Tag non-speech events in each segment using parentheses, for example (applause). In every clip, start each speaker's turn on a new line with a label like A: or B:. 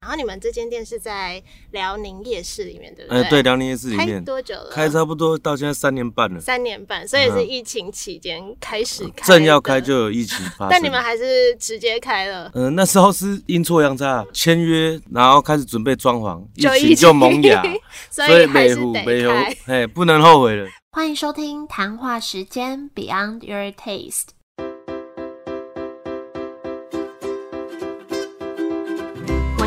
A: 然后你们这间店是在辽宁夜市里面，对不对？
B: 呃，对，辽宁夜市里
A: 开
B: 面
A: 多久了？
B: 开差不多到现在三年半了，
A: 三年半，所以是
B: 嗯
A: 疫情期间开始开、
B: 正要开，就有疫情发
A: (laughs)
B: 生。
A: 但你们还是直接开了。
B: 嗯、那时候是阴错阳差签约，然后开始准备装潢，
A: 就
B: 疫情就萌芽，
A: (laughs) 所
B: 所以
A: 以还
B: 北
A: 是
B: 湖
A: 得
B: 北湖
A: 开。，
B: 哎，不能后悔了。
C: 欢迎收听谈话时间 Beyond Your Taste。我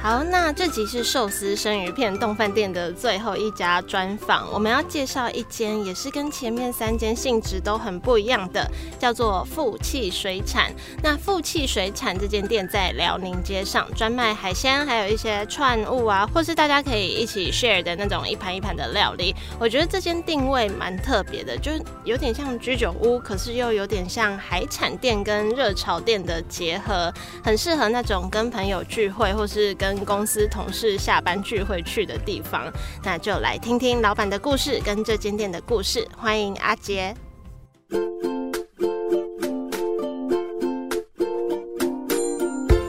A: 好，那这集是寿司生鱼片冻饭店的最后一家专访，我们要介绍一间也是跟前面三间性质都很不一样的，叫做富气水产。那富气水产这间店在辽宁街上，专卖海鲜，还有一些串物啊，或是大家可以一起 share 的那种一盘一盘的料理。我觉得这间定位蛮特别的，就是有点像居酒屋，可是又有点像海产店跟热炒店的结合，很适合那种跟朋友聚会或是跟公司同事下班聚会去的地方。那就来听听老板的故事跟这间店的故事，欢迎阿杰。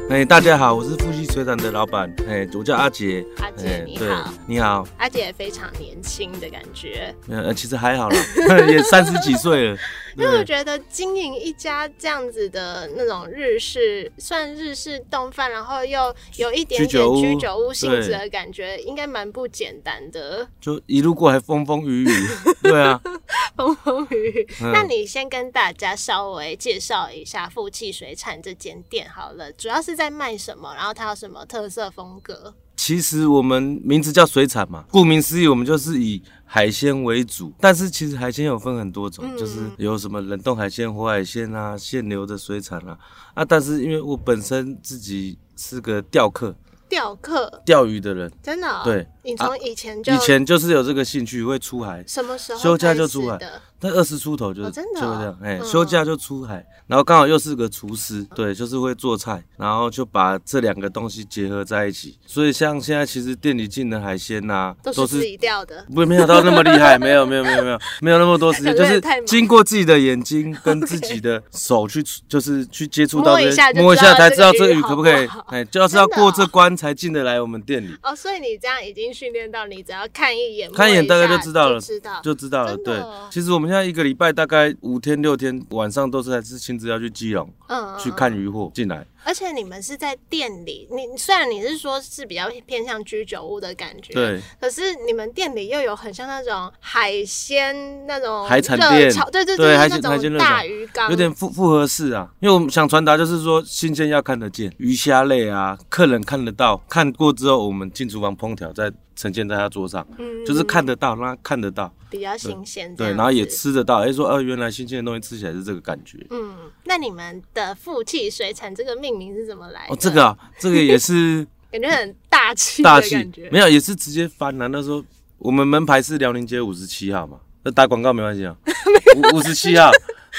B: 哎，大家好，我是富西水产的老板，哎，我叫阿杰。
A: 阿杰
B: 哎，
A: 你
B: 对
A: 好，，
B: 你好，
A: 阿杰非常年轻的感觉，
B: 呃，其实还好啦， (laughs) 也三十几岁了。
A: (laughs) 因为我
B: 对，
A: 觉得经营一家这样子的那种日式，算日式冻饭，然后又有一点
B: 居
A: 点
B: 酒屋
A: 居酒屋性质
B: 对
A: 的感觉，应该蛮不简单的。
B: 就一路过来风风
A: (laughs)
B: 雨雨。对啊，
A: 风风雨雨。
B: 嗯
A: 那你先跟大家稍微介绍一下富气水产这间店好了，主要是在卖什么，然后它有什么特色风格？
B: 其实我们名字叫水产嘛，顾名思义，我们就是以海鲜为主。但是其实海鲜有分很多种，
A: 嗯
B: 就是有什么冷冻海鲜、活海鲜啊、现流的水产啊。啊，但是因为我本身自己是个钓客、
A: 钓客
B: 钓鱼的人，
A: 真的哦、
B: 对啊
A: 你从以前就、
B: 以前就是有这个兴趣，会出海。
A: 什么时候
B: 休假就啊
A: 开始
B: 出来
A: 的？
B: 但二十出头就是、
A: 哦真的哦
B: 就会这样，哎、
A: 嗯
B: 休假就出海，然后刚好又是个厨师，对，就是会做菜，然后就把这两个东西结合在一起。所以像现在其实店里进的海鲜啊呐、
A: 都是自己钓的，
B: 不没有到那么厉害，没有没有没有没有没有那么
A: (laughs)
B: 多时间，
A: 有
B: 就
A: 点
B: 是
A: 太忙
B: 经过自己的眼睛跟自己的手去，就是去接触到
A: 摸
B: 这
A: 一下就
B: 摸一
A: 知道
B: 下才
A: 这
B: 知
A: 个
B: 道
A: 鱼
B: 这个鱼
A: 好
B: 可不可以
A: 不好，
B: 哎，就是要
A: 真的
B: 过
A: 哦
B: 这关才进得来我们店里，
A: 哦，所以你这样已经训练到你只要看一眼，
B: 看一眼
A: 摸下
B: 大概就知道了
A: 知道。
B: 就知道了。
A: 真的
B: 对
A: 哦，
B: 其实我们现在一个礼拜大概五天六天晚上都是还是亲自要去基隆。
A: 嗯，嗯
B: 去。看渔获进来。
A: 而且你们是在店里，你虽然你是说是比较偏向居酒屋的感觉，
B: 对，
A: 可是你们店里又有很像那种海鲜那种
B: 海产店
A: 热炒对对
B: 对
A: 就是
B: 海
A: 那
B: 鲜
A: 种
B: 海鲜热炒
A: 大鱼缸，
B: 有点复复合式啊，因为我们想传达就是说，新鲜要看得见，鱼虾类啊，客人看得到，看过之后我们进厨房烹调，再呈现在他桌上，
A: 嗯
B: 就是看得到，让他看得到，
A: 比较新鲜这
B: 对，
A: 样子，
B: 然后也吃得到，哎，说哦，原来新鲜的东西吃起来是这个感觉。
A: 嗯，那你们的富气水产这个命名是怎么来的？
B: 哦，这个、啊、这个也是
A: 感觉很大 (laughs) 气的
B: 大气
A: 感觉，，
B: 没有，也是直接翻啊。那时候我们门牌是辽宁街五十七号嘛，那打广告没关
A: (laughs)
B: 系啊，五五十七号，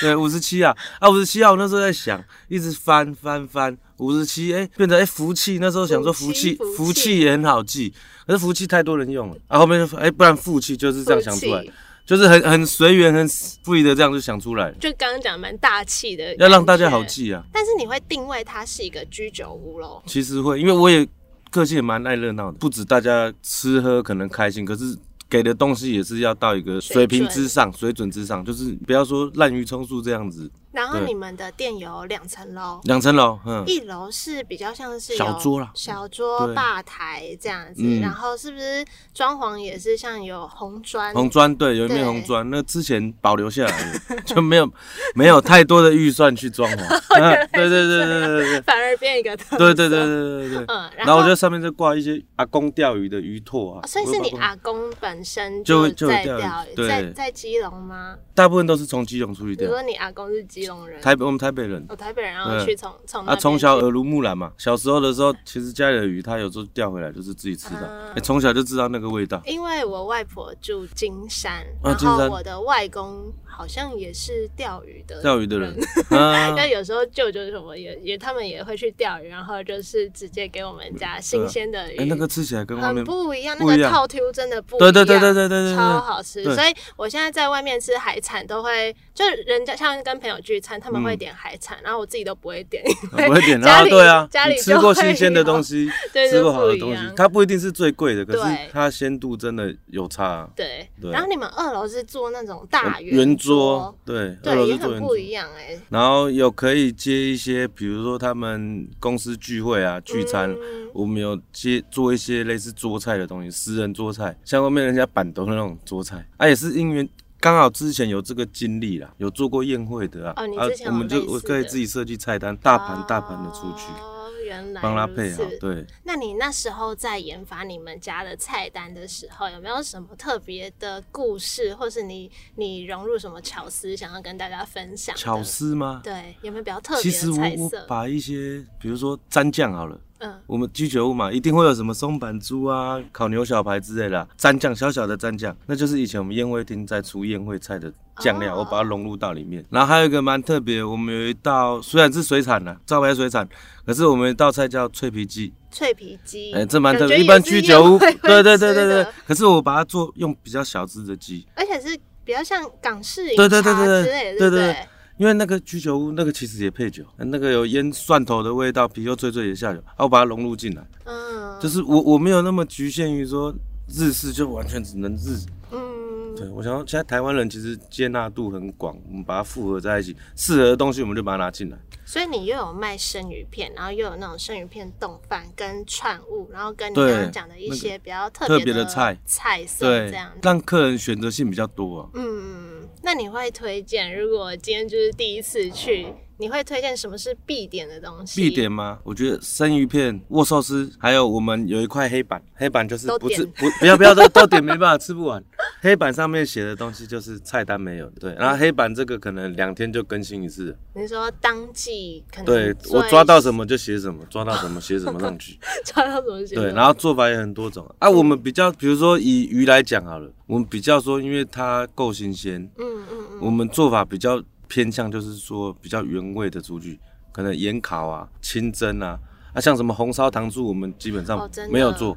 B: 对，五十七号啊，五十七号。我那时候在想，一直翻翻翻，五十七，哎，变成哎福气。那时候想说福
A: 福
B: 气
A: 气，福
B: 福
A: 气
B: 气也很好记，可是福气太多人用了，啊，后面就哎，不然福气就是这样想出来
A: 福气，
B: 就是很很随缘、很 free 的这样就想出来了，
A: 就刚刚讲蛮大气的，
B: 要让大家好。记啊。
A: 但是你会定位它是一个居酒屋喽？
B: 其实会，因为我也个性也蛮爱热闹的，不止大家吃喝可能开心，可是。给的东西也是要到一个水平之上、水准之上，就是不要说滥竽充数这样子。
A: 然后
B: 对
A: 你们的店有两层楼，
B: 两层楼，嗯，
A: 一楼是比较像是有
B: 小桌啦
A: 小桌
B: 对
A: 吧台这样子，
B: 嗯
A: 然后是不是装潢也是像有红砖？
B: 红砖对，有一面
A: 对
B: 红砖，那之前保留下来的 (laughs) 就没有没有太多的预算去装潢。
A: (laughs)
B: 啊对对对对对对
A: 反而变一个特
B: 对对对对
A: 色，
B: 对对对。
A: 嗯，然
B: 然后
A: 后
B: 我就上面就挂一些阿公钓鱼的鱼拓啊
A: 哦，所以是
B: 我
A: 你
B: 都把它挂
A: 阿公本身
B: 就会就有
A: 在
B: 钓鱼
A: 钓，
B: 对
A: 在在基隆吗？
B: 大部分都是从基隆出去
A: 你
B: 钓，
A: 说你阿公是基隆人，
B: 台北我们台北人，
A: 哦台北人，然后
B: 对
A: 去从从哦那
B: 啊，
A: 边
B: 从小
A: 去
B: 耳濡目染嘛。小时候的时候，其实家里的鱼，它有时候钓回来就是自己吃
A: 啊
B: 的，哎从、小就知道那个味道。
A: 因为我外婆住金山，
B: 啊
A: 然
B: 金山
A: 后我的外公好好像也是钓鱼的
B: 钓鱼的人，
A: 嗯 (laughs)
B: 啊
A: 那有时候舅舅什么也也，他们也会去钓鱼，然后就是直接给我们家新鲜的鱼，
B: 哎，那个吃起来跟外
A: 很
B: 面
A: 不一样，那
B: 不一
A: 个
B: 样
A: 套 Q 真的不一
B: 对
A: 样，
B: 对对对对对对
A: 超
B: 对
A: 好吃。
B: 对
A: 所以我现在在外面吃海产都会，就人家像跟朋友聚餐，他们
B: 嗯
A: 会点海产，然后我自己都不会点， (laughs) 因
B: 不会
A: 为
B: 点
A: 家
B: 啊，
A: 里
B: 对啊
A: 家，里
B: 你吃
A: 就
B: 过
A: 会
B: 新鲜的
A: 有
B: 东，西，
A: (laughs) 对
B: 吃
A: 就
B: 过好
A: 不
B: 的
A: 一
B: 东西
A: 样，。
B: 它不一定是最贵的，可是
A: 对
B: 它鲜度真的有差啊。
A: 对，
B: 对
A: 然后你们二楼是做那种大
B: 圆
A: 桌
B: 桌，，对，二楼
A: 对，也
B: 是做
A: 很
B: 圆
A: 不
B: 桌。
A: 一样哎、
B: 然后有可以接一些，比如说他们公司聚会啊、聚餐，
A: 嗯
B: 我们有接做一些类似桌菜的东西，私人桌菜，像外面人家板凳的那种桌菜，啊，也是因为刚好之前有这个经历啦，有做过宴会的啊，
A: 哦你
B: 啊
A: 之前，有
B: 我们就
A: 类似
B: 我可以
A: 的
B: 自己设计菜单，大盘大盘的出去，
A: 哦，原来
B: 帮他
A: 如
B: 配好
A: 此，
B: 对。
A: 那你那时候在研发你们家的菜单的时候，有没有什么特别的故事，或是你你融入什么巧思，想要跟大家分享？
B: 巧，思吗？
A: 对，有没有比较特
B: 其
A: 别
B: 实
A: 的
B: 我
A: 菜
B: 我
A: 色？
B: 把一些，比如说蘸酱好了。
A: 嗯，
B: 我们居酒屋嘛，一定会有什么松板猪啊、烤牛小排之类的啊、蘸酱小小的蘸酱，那就是以前我们宴会厅在出宴会菜的酱料，
A: 哦
B: 我把它融入到里面。然后还有一个蛮特别，我们有一道虽然是水产啦、招牌水产，可是我们有一道菜叫脆皮鸡，
A: 脆皮鸡，
B: 哎、这蛮
A: 感
B: 特
A: 觉
B: 别。
A: 也
B: 一般
A: 是
B: 居
A: 宴
B: 酒屋，
A: 会会
B: 对对对
A: 吃
B: 对对
A: 的，，
B: 可是我把它做用比较小只的鸡，
A: 而且是比较像港式饮
B: 对对对
A: 茶
B: 对对
A: 之类的，
B: 对
A: 不
B: 对对因为那个居酒屋那个其实也配酒，那个有腌蒜头的味道，皮又脆脆也下酒，啊，我把它融入进来。
A: 嗯，
B: 就是我我没有那么局限于说日式就完全只能日，
A: 嗯，
B: 对我想要现在台湾人其实接纳度很广，我们把它复合在一起，适合的东西我们就把它拿进来。
A: 所以你又有卖生鱼片，然后又有那种生鱼片冻饭跟串物，然后跟你刚
B: 对
A: 刚讲的一些比较特
B: 特
A: 别
B: 别的菜
A: 菜色
B: 对
A: 这样，子。
B: 让客人选择性比较多啊。
A: 嗯，那你会推荐，如果今天就是第一次去，你会推荐什么是必点的东西？
B: 必点吗？我觉得生鱼片、握寿司，还有我们有一块黑板，黑板就是
A: 都
B: 不
A: 点
B: 吃不不要不要都都点，没办法吃不完。黑板上面写的东西就是菜单没有，对。然后黑板这个可能两天就更新一次，
A: 你说当季可能
B: 对
A: 最
B: 我抓到什么就写什么，抓到什么写什
A: (laughs)
B: 么上去。
A: 抓到什么行
B: 对，
A: 动
B: 然后做法也很多种啊。我们比较，比如说以鱼来讲好了，我们比较说，因为它够新鲜，
A: 嗯嗯嗯，
B: 我们做法比较偏向就是说比较原味的出去，可能盐烤啊、清蒸啊，啊像什么红烧糖醋，我们基本
A: 哦
B: 上
A: 真的
B: 没有做。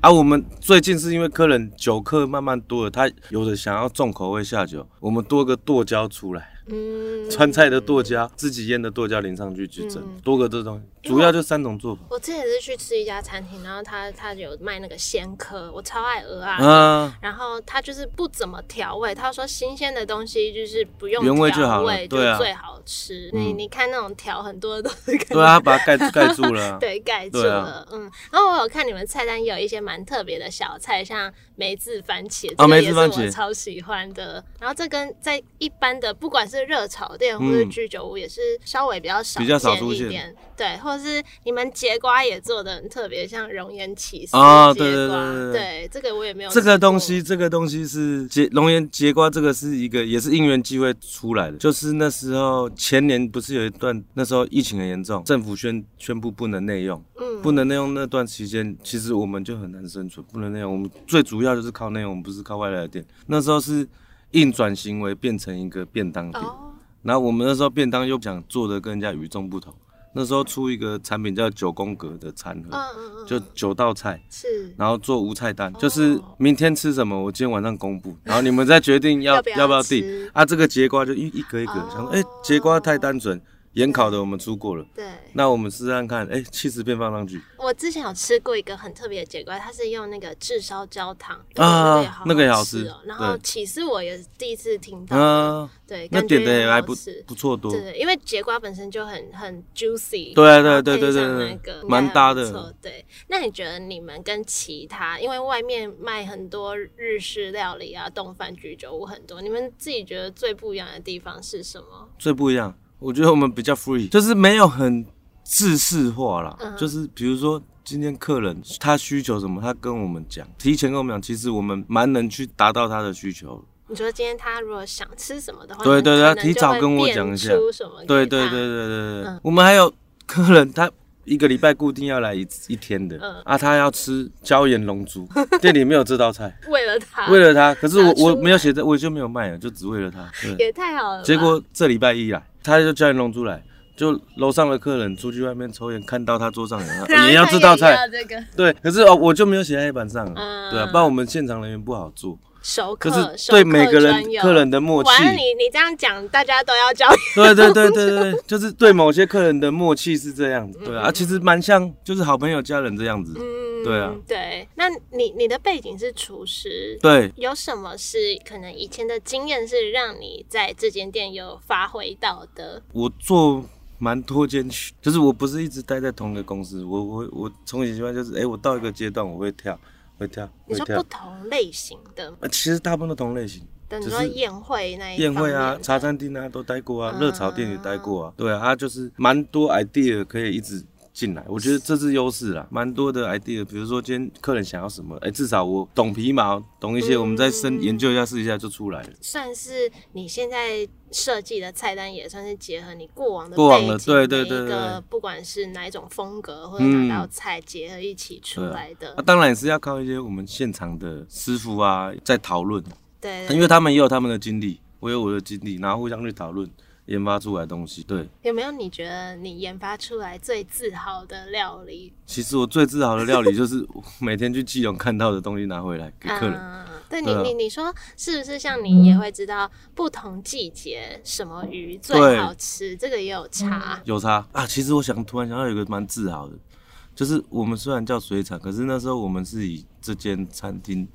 B: 啊，我们最近是因为客人酒客慢慢多了，他有的想要重口味下酒，我们多个剁椒出来，
A: 嗯
B: 川菜的剁椒，自己腌的剁椒淋上去去蒸，多个这东西，主要就三种做法。
A: 我之前是去吃一家餐厅，然后他他有卖那个鲜科，我超爱鹅啊。
B: 啊，
A: 然后他就是不怎么调味，他说新鲜的东西就是不用
B: 原味就
A: 调
B: 好了
A: 味就
B: 对啊嗯
A: 最好吃。你你看那种调很多的都是跟
B: 对啊，把它
A: (laughs)
B: 盖盖住了、啊。
A: 对，盖住
B: 对啊
A: 了。嗯，然后我有看你们菜单有一些蛮特别的小菜，像梅子番茄，
B: 啊
A: 这个
B: 梅
A: 也
B: 子
A: 是
B: 番
A: 我
B: 茄
A: 超喜欢的。然后这跟在一般的不管是热炒店或是
B: 嗯
A: 居酒屋也是稍微比较少
B: 比较少
A: 见
B: 出
A: 一
B: 现
A: 点，对，或者是你们节瓜也做的很特别，像熔岩起司
B: 啊
A: 节
B: 对对
A: 瓜
B: 对对
A: 对，这个我也没有
B: 这
A: 吃过
B: 个东西，这个东西是结龙岩结瓜，这个是一个也是因缘机会出来的。就是那时候前年不是有一段，那时候疫情很严重，政府宣宣布不能内用，
A: 嗯
B: 不能内用那段期间，其实我们就很难生存，不能内用。我们最主要就是靠内用，我们不是靠外来的店。那时候是硬转行为变成一个便当店，
A: 哦，
B: 然后我们那时候便当又想做的跟人家与众不同。那时候出一个产品叫九宫格的餐盒，
A: 嗯嗯嗯，
B: 就九道菜。
A: 是
B: 然后做无菜
A: 哦
B: 单，就是明天吃什么，我今天晚上公
A: (laughs)
B: 布，然后你们再决定要
A: 要不要
B: 不要
A: 吃
B: 订啊。这个节瓜就一一格一格，
A: 哦
B: 想说，哎，节瓜太单纯，盐烤的我们出过了，
A: 对。
B: 那我们试试看，哎，气势变放上去
A: 我之前有吃过一个很特别的节瓜，它是用那个炙烧焦糖
B: 啊
A: 那
B: 那
A: 个
B: 个
A: 也
B: 也
A: 好
B: 好
A: 吃
B: 吃
A: 哦。然后
B: 对
A: 起司我也是第一次听到，
B: 啊。
A: 对，
B: 那
A: 哦感觉
B: 点的也
A: 很
B: 还
A: 好
B: 不
A: 吃
B: 不错多，
A: 对对，因为节瓜本身就很很 juicy，
B: 对啊
A: 然后
B: 对啊
A: 配
B: 对对
A: 上那
B: 对对
A: 个
B: 蛮
A: 应该
B: 搭
A: 还不
B: 的
A: 错对，那你觉得你们跟其他，因为外面卖很多日式料理啊、东饭居酒屋很多，你们自己觉得最不一样的地方是什么？
B: 最不一样。我觉得我们比较 free，就是没有很制式化啦，
A: 嗯
B: 就是比如说。今天客人他需求什么，他跟我们讲，提前跟我们讲，其实我们蛮能去达到他的需求。
A: 你说今天他如果想吃什么的话，
B: 对
A: 你
B: 对
A: 可能
B: 对提
A: 就
B: 早
A: 会
B: 跟我
A: 变
B: 讲一下
A: 出什么给
B: 对对
A: 他
B: 对对对对，
A: 嗯
B: 我们还有客人他一个礼拜固定要来一一天的
A: 嗯，
B: 啊，他要吃椒盐
A: (laughs)
B: 龙珠，店里没有这道菜，
A: 为了他，
B: 为了他，可是我
A: 拿出来
B: 我没有写在，我就没有卖了，就只为了
A: (laughs)
B: 他。对
A: 也太好了吧。
B: 结果这礼拜一来，他就叫人弄出来，就楼上的客人出去外面抽烟，看到他桌上有
A: (laughs) 然后
B: 也要
A: 啊他
B: 这道
A: 也
B: 菜
A: 要，这个
B: 对，可是哦，我就没有写在黑板上
A: 嗯
B: 啊，对啊，不然我们现场人员不好做，
A: 熟
B: 就
A: 客，
B: 是
A: 熟
B: 对
A: 客
B: 每个人
A: 专有
B: 客人的默契，
A: 完了你你这样讲，大家都要教。
B: 对对对对对，对就是对某些客人的默契是这样子，对啊，啊其实蛮像就是好朋友家人这样子，
A: 嗯
B: 对啊，
A: (laughs) 对。那你你的背景是厨师，
B: 对，
A: 有什么是可能以前的经验是让你在这间店有发挥到的？
B: 我做蛮多间去，就是我不是一直待在同一个公司，我我我从以前就是，哎、我到一个阶段我会跳，会跳，
A: 你
B: 会
A: 说不
B: 跳。
A: 同类型的，
B: 呃其实大部分都同类型，
A: 等你
B: 只
A: 说
B: 是
A: 宴会那一
B: 宴会
A: 方
B: 啊
A: 面、的
B: 茶餐厅啊都待过啊，
A: 嗯
B: 热炒店也待过啊，对啊，啊就是蛮多 idea 可以一直进来，我觉得这是优势啦，蛮多的 idea，比如说今天客人想要什么，哎、至少我懂皮毛，懂一些，
A: 嗯
B: 我们再深研究一下试一下就出来了。
A: 算是你现在设计的菜单，也算是结合你过往的
B: 过往的
A: 背景
B: 对对
A: 每一
B: 对
A: 个
B: 对嗯
A: 不管是哪一种风格或者哪道菜结合一起出来的
B: 啊那、，当然也是要靠一些我们现场的师傅啊在讨论，
A: 对，
B: 因为他们也有他们的经历，我有我的经历，然后互相去讨论研发出来的东西。对，
A: 有没有你觉得你研发出来最自豪的料理？
B: 其实我最自豪的料理就是我每天去基隆看到的东西拿回来给客人。
A: 嗯，对你
B: 对啊嗯
A: 你你说是不是像你也会知道不同季节什么鱼最
B: 对
A: 好吃？这个也有差。
B: 有差啊！其实我想突然想到有一个蛮自豪的，就是我们虽然叫水产，可是那时候我们是以这间餐厅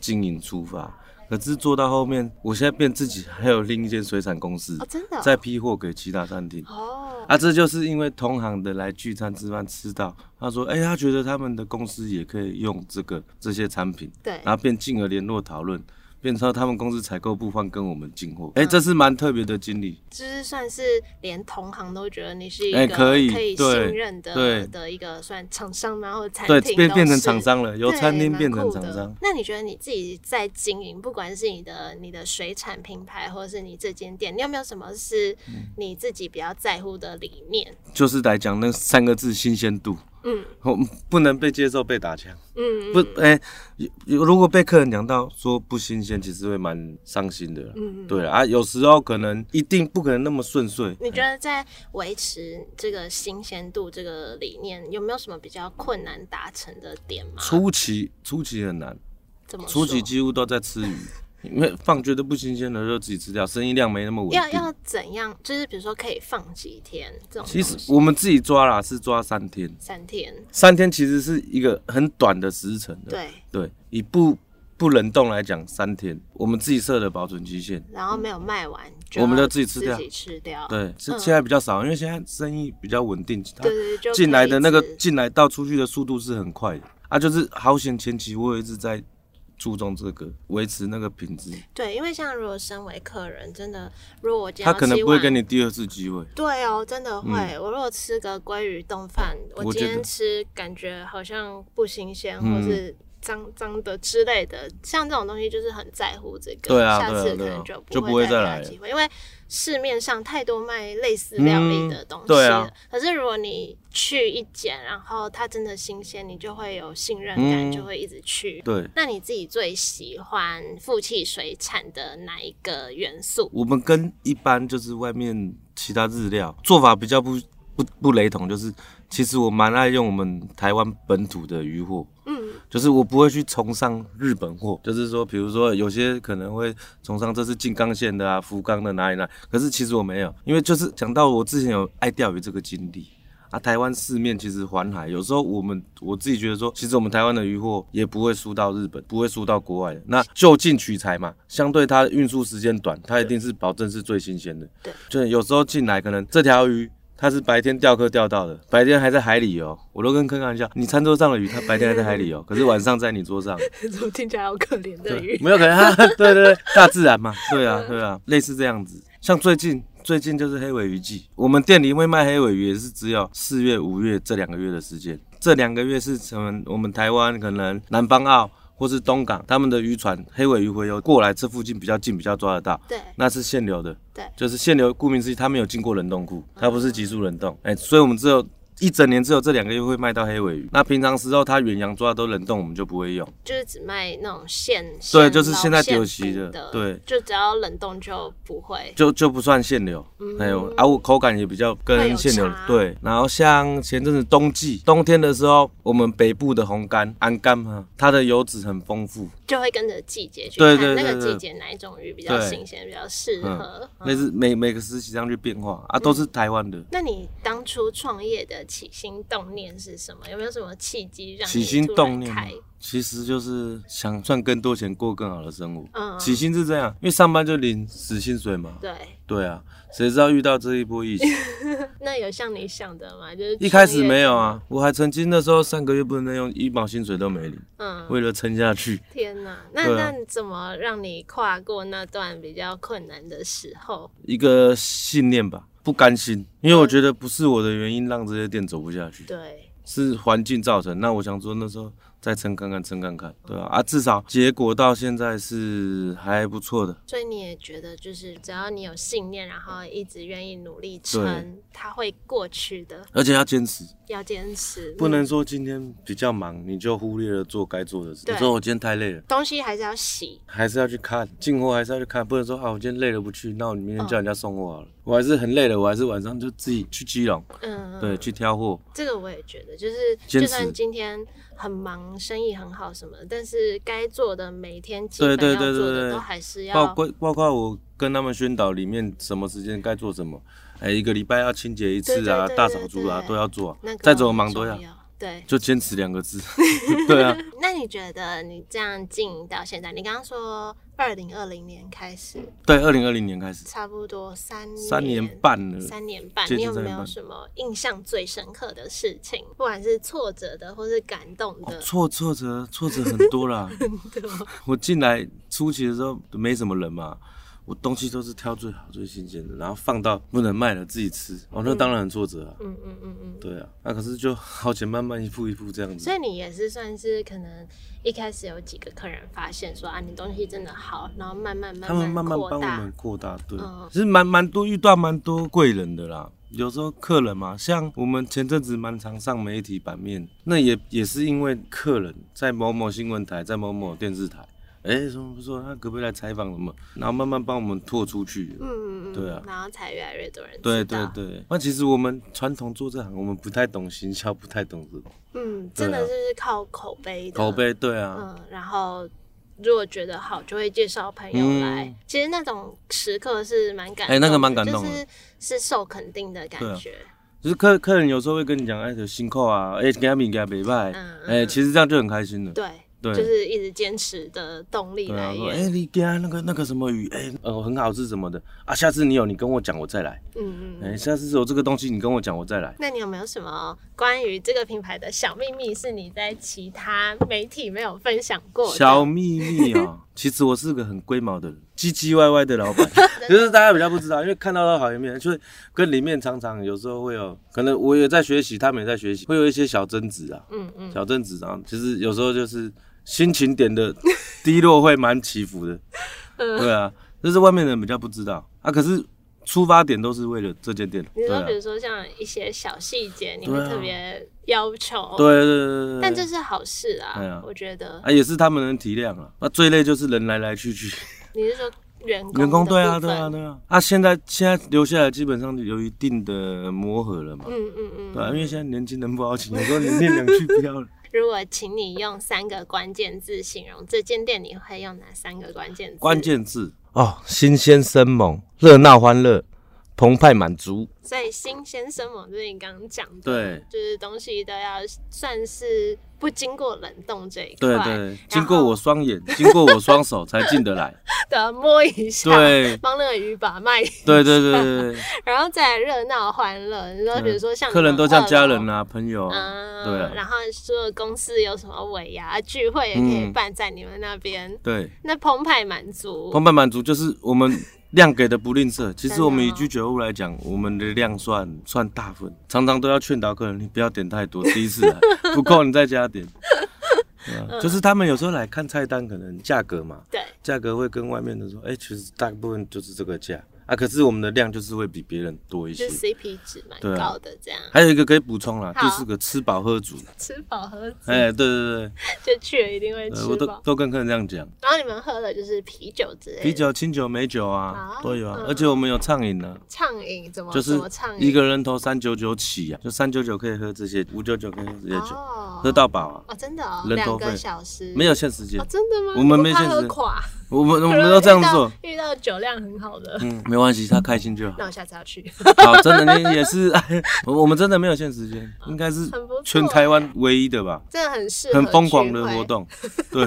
B: 经营出发，可是做到后面，我现在变自己还有另一间水产公司
A: 哦，真的哦
B: 在批货给其他餐厅。
A: 哦，
B: 啊，这就是因为同行的来聚餐吃饭吃到，他说，哎、他觉得他们的公司也可以用这个这些产品，
A: 对
B: 然后便进而联络讨论，变成他们公司采购部换跟我们进货，哎、
A: 嗯
B: 这是蛮特别的经历，
A: 就是算是连同行都觉得你是一
B: 哎
A: 个
B: 可以
A: 信
B: 对
A: 任的
B: 对
A: 的一个算厂商吗？或者餐
B: 对，
A: 厅
B: 变
A: 都
B: 变成
A: 是
B: 厂商了，由
A: 对
B: 餐厅
A: 蛮
B: 变成
A: 酷
B: 厂
A: 的
B: 商。
A: 那你觉得你自己在经营，不管是你的你的水产品牌，或者是你这间店，你有没有什么是
B: 嗯
A: 你自己比较在乎的理念？
B: 就是来讲那三个字新鲜度，
A: 嗯
B: 我们不能被接受被打枪，
A: 嗯，
B: 不，哎、有如果被客人讲到说不新鲜，其实会蛮伤心的啦。
A: 嗯
B: 对啊，有时候可能一定不可能那么顺遂。
A: 你觉得在维持这个新鲜度这个理念，有没有什么比较困难达成的点吗？
B: 初期初期很难，
A: 怎么
B: 初
A: 说
B: 期几乎都在吃鱼，因为放觉得不新鲜的就自己吃掉，生意量没那么稳
A: 要
B: 定。
A: 要怎样？就是比如说可以放几天这种东西？
B: 其实我们自己抓啦，是抓三天，
A: 三天，
B: 三天其实是一个很短的时辰的。
A: 对，
B: 对，以不不冷冻来讲，三天，我们自己设的保存期限。
A: 然后没有卖完，
B: 嗯我们
A: 要
B: 就自己吃掉
A: 自己吃掉。
B: 对，是
A: 嗯
B: 现在比较少，因为现在生意比较稳定，它
A: 对对，就
B: 进
A: 可以
B: 来的那个
A: 吃
B: 进来到出去的速度是很快的啊。就是好险前期我有一直在注重这个，维持那个品质，
A: 对，因为像如果身为客人，真的，如果我今天
B: 他可能不会
A: 你。
B: 给你第二次机会。
A: 对哦，真的会。我如果吃个鲑鱼冻饭，我
B: 嗯我
A: 今
B: 觉
A: 天
B: 得嗯
A: 吃感觉好像不新鲜，或是脏脏的之类的，像这种东西就是很在乎这个，
B: 对啊
A: 下
B: 对
A: 次
B: 啊
A: 可
B: 对啊
A: 能
B: 就
A: 不
B: 不会
A: 再
B: 再
A: 给他
B: 来了
A: 机会，因为市面上太多卖类似料理
B: 嗯
A: 的东西
B: 对啊
A: 了。可是如果你去一间，然后它真的新鲜，你就会有信任感，
B: 嗯
A: 就会一直去。
B: 对，
A: 那你自己最喜欢富气水产的哪一个元素？
B: 我们跟一般就是外面其他日料做法比较不不不雷同，就是其实我蛮爱用我们台湾本土的鱼货，
A: 嗯，
B: 就是我不会去崇尚日本货，就是说，比如说有些可能会崇尚这是静冈县的啊、福冈的哪里哪里，可是其实我没有，因为就是讲到我之前有爱钓鱼这个经历。啊，台湾四面其实环海，有时候我们我自己觉得说，其实我们台湾的渔获也不会输到日本，不会输到国外的。那就近取材嘛，相对它运输时间短，它一定是保证是最新鲜的。
A: 对，
B: 就有时候进来可能这条鱼。它是白天钓客钓到的，白天还在海里游。我都跟客人开玩笑，你餐桌上的鱼，它白天还在海里游，可是晚上在你桌上。
A: (laughs) 怎么听起来好可怜的鱼
B: 对，？没有可能，哈 (laughs) 对对对，大自然嘛，对啊对啊，类似这样子。像最近最近就是黑尾鱼季，我们店里会卖黑尾鱼，也是只有四月、五月这两个月的时间。这两个月是我们我们台湾可能南方澳或是东港他们的渔船黑尾鱼回游过来，这附近比较近，比较抓得到。
A: 对
B: 那是限流的，
A: 对
B: 就是限流，顾名思义，它没有经过冷冻库，它不是急速冷冻，哎、所以我们只有一整年只有这两个月会卖到黑尾鱼。那平常时候它远洋抓都冷冻，我们就不会用。
A: 就是只卖那种现，
B: 对
A: 现
B: 就是
A: 捞
B: 现在
A: 现
B: 丢弃
A: 捕
B: 的
A: 的，
B: 对，
A: 就只要冷冻就不会。
B: 就就不算限流，还有啊，我口感也比较
A: 嗯会有
B: 跟限流
A: 差
B: 对。然后像前阵子冬季冬天的时候，我们北部的红干、安干哈，它的油脂很丰富，
A: 就会跟着季节去
B: 对
A: 看
B: 对
A: 那个
B: 对对
A: 季节哪一种鱼比较
B: 对嗯
A: 新鲜，比较适合。
B: 那是每每个时期这样去变化啊，都是台湾的。
A: 嗯那你当初创业的起心动念是什么？有没有什么契机让你
B: 起心
A: 突然
B: 动念嘛
A: 开？
B: 其实就是想赚更多钱，过更好的生活。
A: 嗯
B: 起心是这样，因为上班就领死薪水嘛。
A: 对，
B: 对啊，谁知道遇到这一波
A: (laughs)
B: 疫情，
A: 那有像你想的吗？就是
B: 一开始
A: 创业嗯
B: 没有，啊，我还曾经那时候三个月不能用，一毛薪水都没领，
A: 嗯，
B: 为了撑下去。
A: 天哪，那、
B: 对啊
A: 那你怎么让你跨过那段比较困难的时候？
B: 一个信念吧，不甘心，因为我觉得不是我的原因让这些店走不下去，
A: 对，
B: 是环境造成。那我想说那时候再撑看看，撑看看，对啊，啊，至少结果到现在是还不错的，
A: 所以你也觉得，就是只要你有信念，然后一直愿意努力撑，它会过去的，
B: 而且要坚持，
A: 要坚持，
B: 不
A: 嗯
B: 能说今天比较忙你就忽略了做该做的事。
A: 对
B: 你说我今天太累了。
A: 东西还是要洗。
B: 还是要去看进货，还是要去看，不能说啊，我今天累了不去，那我明天叫人家送货好了。我还是很累了，我还是晚上就自己去基隆，
A: 嗯，
B: 对，去挑货。
A: 这个我也觉得，就是
B: 坚持
A: 就算今天很忙，生意很好什么，但是该做的每天基
B: 对
A: 本
B: 对
A: 要做
B: 对对
A: 的
B: 对
A: 都还是要
B: 包括包括我跟他们宣导里面什么时间该做什么，哎，一个礼拜要清洁一次啊，
A: 对对对对
B: 大扫除啊
A: 对
B: 都要做啊、
A: 那个
B: 再怎么忙
A: 很
B: 都要
A: 重，对。
B: 就坚持两个字。 (laughs) 对啊，
A: 那你觉得你这样经营到现在，你刚刚说二零二零年开始，
B: 对，二零二零年开始，
A: 差不多三年
B: 三年半了。
A: 三年半，
B: 接
A: 你
B: 嗯近
A: 有
B: 三
A: 没
B: 年
A: 有
B: 半
A: 什么印象最深刻的事情？不管是挫折的，或是感动
B: 哦
A: 的，
B: 挫挫折挫折很
A: (laughs)
B: 多啦，我进来初期的时候没什么人嘛，我东西都是挑最好最新鲜的，然后放到不能卖了自己吃，哦，那当然很挫折啊。
A: 嗯嗯嗯嗯。
B: 对啊，那、可是就好险，慢慢一步一步这样子
A: 所。以你也是算是可能一开始有几个客人发现说啊，你东西真的好，然后慢慢慢
B: 他们慢慢
A: 扩
B: 帮我
A: 大
B: 们扩大，对
A: 嗯，
B: 其实蛮蛮多遇到蛮多贵人的啦。有时候客人嘛，像我们前阵子蛮常上媒体版面，那也也是因为客人在某某新闻台，在某某电视台，哎、什么不错，他隔壁来采访什么，然后慢慢帮我们拓出去。
A: 嗯嗯嗯，
B: 对啊
A: 然后才越来越多人知道
B: 对对，对，那其实我们传统做这行，我们不太懂行销，不太懂这种
A: 嗯，真的就是靠口碑的
B: 啊口，碑，对啊，
A: 嗯，然后。如果觉得好，就会介绍朋友
B: 嗯
A: 来。其实那种时刻是蛮感动的，
B: 哎那个蛮感动的啊
A: 就是是受肯定的感觉。
B: 就是客客人有时候会跟你讲，哎、有辛苦啊，哎、给他米给他北拜，哎、
A: 嗯
B: 其实这样就很开心了。
A: 对，
B: 对
A: 就是一直坚持的动力
B: 对啊，
A: 来
B: 说哎、
A: 源。
B: 你给他那个那个什么鱼，哎、呃很好吃什么的啊，下次你有你跟我讲，我再来。
A: 嗯嗯。
B: 哎、下次有这个东西你跟我讲，我再来。
A: 那你有没有什么关于这个品牌的小秘密是你在其他媒体没有分享过的？
B: 小秘密啊、 (laughs) 其实我是个很龟毛的人，唧唧歪歪的老
A: (laughs)
B: 板，就是大家比较不知道，因为看到的好一面，就是跟里面常常有时候会有，可能我也在学习，他们也在学习，会有一些小争执啊，
A: 嗯嗯，
B: 小争执啊，其实有时候就是心情点的低落会蛮起
A: (laughs)
B: 伏的，
A: 嗯
B: 对啊，这是外面人比较不知道啊，可是出发点都是为了这间店，
A: 你
B: 对
A: 说
B: 啊，
A: 比如说像一些小细节，你会
B: 对啊
A: 特别要求，
B: 对对对对，
A: 但这是好事啊，
B: 对啊
A: 我觉得。
B: 啊也是他们能体谅啊，那最累就是人来来去去。
A: 你是说员工
B: 员工
A: 的
B: 对啊，
A: 部
B: 对
A: 分
B: 啊，，对啊。啊，现在现在留下来基本上有一定的磨合了嘛，
A: 嗯嗯嗯。
B: 对啊，因为现在年轻人不好请，有时候你念两句不
A: (laughs)
B: 要了。
A: 如果请你用三个关键字形容这间店，你会用哪三个关键字？
B: 关。键字哦，新鲜生猛，热闹欢乐，澎湃满足。
A: 所以新鲜生猛就是你刚刚讲的，
B: 对
A: 就是东西都要算是不经过冷冻这一块，
B: 对对，经过我双眼，经过我双手才进得来。
A: 的摸一下，
B: 对
A: 帮那个鱼把脉，
B: 对对对对对
A: (laughs) 然后再来热闹欢乐。你说
B: 对，
A: 比如说像
B: 客人都像家人
A: 啊。
B: 啊，朋友啊，
A: 嗯，
B: 对啊
A: 然后所有公司有什么尾牙聚会也可以
B: 嗯
A: 办在你们那边，
B: 对，
A: 那澎湃满足，
B: 澎湃满足就是我们量给的不吝啬。其
A: 真
B: 实
A: 的
B: 我们以
A: 哦
B: 居酒屋来讲，我们的量算算大份，常常都要劝导客人，你不要点太多，第一次来不够你再加点。对
A: 嗯
B: 啊 (laughs) 就是他们有时候来看菜单，可能价格嘛，
A: 对，
B: 价格会跟外面的说，哎、其实大部分就是这个价，啊，可是我们的量就是会比别人多一些
A: 就。CP 值蛮
B: 对啊
A: 高的，这样、
B: 还有一个可以补充啦，
A: 好
B: 就是个吃饱喝足。
A: 吃饱喝足，
B: 哎，对对
A: 就去了一定会
B: 对，呃我
A: 吃
B: 都
A: 饱。
B: 都跟客人这样讲，
A: 然后你们喝的就是啤酒之类的，
B: 啤酒、清酒、美酒啊
A: 啊
B: 都有啊
A: 嗯，
B: 而且我们有畅饮呢，
A: 畅饮怎么
B: 就是
A: 怎么畅饮
B: 一个人头三九九起啊，就三九九可以喝这些，五九九可以喝这些酒，
A: 哦
B: 喝到饱啊，
A: 哦，真的哦，
B: 人头
A: 两
B: 费
A: 个小时
B: 没有限时间
A: 哦，，真的吗？
B: 我们没
A: 你不怕
B: 限时
A: 喝垮，
B: 我们 (laughs) 我们都这样做，
A: (laughs) 遇到遇到酒量很好的，
B: 嗯，没关系，他开心就好
A: 那。我下次要去。
B: 好，真的，你也是， (laughs) 我我们真的没有限时间，应该是
A: 哦很不错
B: 全台湾唯一的吧，
A: 真的很适合
B: 很疯狂的
A: 聚会
B: 活。动。对，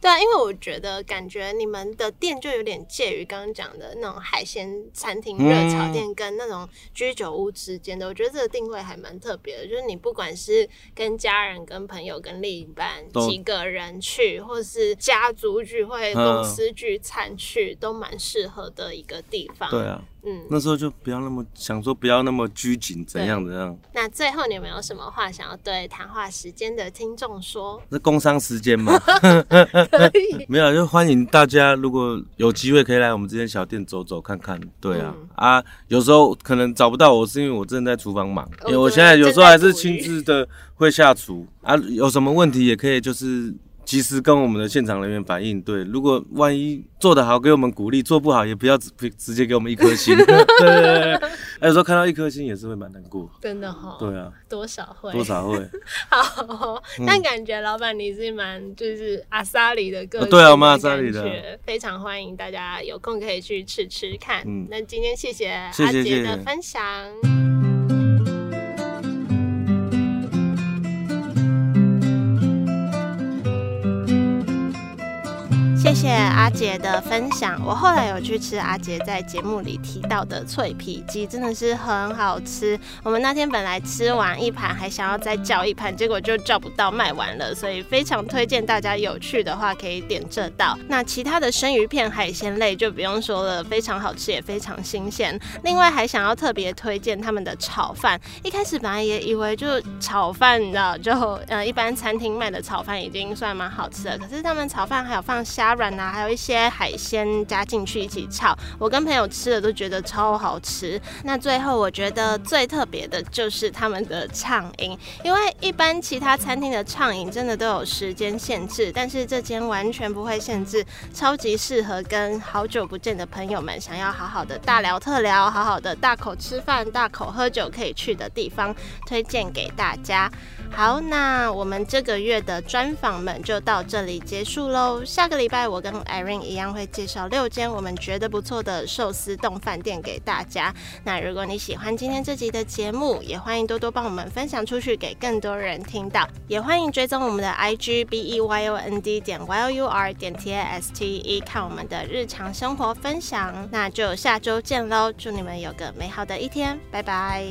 A: 对啊，因为我觉得感觉你们的店就有点介于刚刚讲的那种海鲜餐厅、
B: 嗯
A: 热炒店跟那种居酒屋之间的。我觉得这个定位还蛮特别的，就是你不管是跟家人、跟朋友、跟另一半
B: 都
A: 几个人去，或是家族聚会、
B: 嗯
A: 公司聚餐去，都蛮适合的一个地方。
B: 对啊，
A: 嗯，
B: 那时候就不要那么想说，不要那么拘谨，怎样怎样。
A: 那最后你有没有什么话想要对谈话时间的听众说？
B: 那工商时
A: (laughs)
B: 间嘛，
A: 可以，
B: 没有，就欢迎大家，如果有机会可以来我们这间小店走走看看。对啊，
A: 嗯
B: 啊，有时候可能找不到我，是因为我正在厨房忙，
A: 哦
B: 因为我
A: 对
B: 现在有时候还是
A: 正在捕
B: 亲
A: 鱼
B: 自的会下厨啊，有什么问题也可以就是。及时跟我们的现场人员反映，对，如果万一做得好，给我们鼓励；做不好，也不要直直接给我们一
A: (laughs)
B: 颗星。对对对对，啊有时候看到一颗星也是会蛮难过。
A: (laughs) 真的哈、
B: 对啊，
A: 多少会
B: 多少嗯会。
A: (laughs) 好、哦但感觉老板你是蛮就是阿萨里的个性、
B: 哦对啊我们阿萨里的
A: 感觉非常欢迎大家有空可以去吃吃看。
B: 嗯
A: 那今天谢谢阿
B: 谢谢
A: 杰
B: 谢
A: 的
B: 谢
A: 分享。谢谢阿杰的分享。我后来有去吃阿杰在节目里提到的脆皮鸡，真的是很好吃。我们那天本来吃完一盘，还想要再叫一盘，结果就叫不到，卖完了。所以非常推荐大家有去的话可以点这道。那其他的生鱼片、海鲜类就不用说了，非常好吃，也非常新鲜。另外还想要特别推荐他们的炒饭。一开始本来也以为就炒饭，你知道，就呃一般餐厅卖的炒饭已经算蛮好吃的，可是他们炒饭还有放虾软啊，还有一些海鲜加进去一起炒。我跟朋友吃了都觉得超好吃。那最后我觉得最特别的就是他们的畅饮，因为一般其他餐厅的畅饮真的都有时间限制，但是这间完全不会限制，超级适合跟好久不见的朋友们想要好好的大聊特聊，好好的大口吃饭、大口喝酒可以去的地方，推荐给大家。好，那我们这个月的专访们就到这里结束喽。下个礼拜我跟 Irene 一样会介绍六间我们觉得不错的寿司冻饭店给大家。那如果你喜欢今天这集的节目，也欢迎多多帮我们分享出去给更多人听到，也欢迎追踪我们的 IG B E Y O N D 点 Y O U R 点 T A S T E 看我们的日常生活分享。那就下周见喽，祝你们有个美好的一天，拜拜。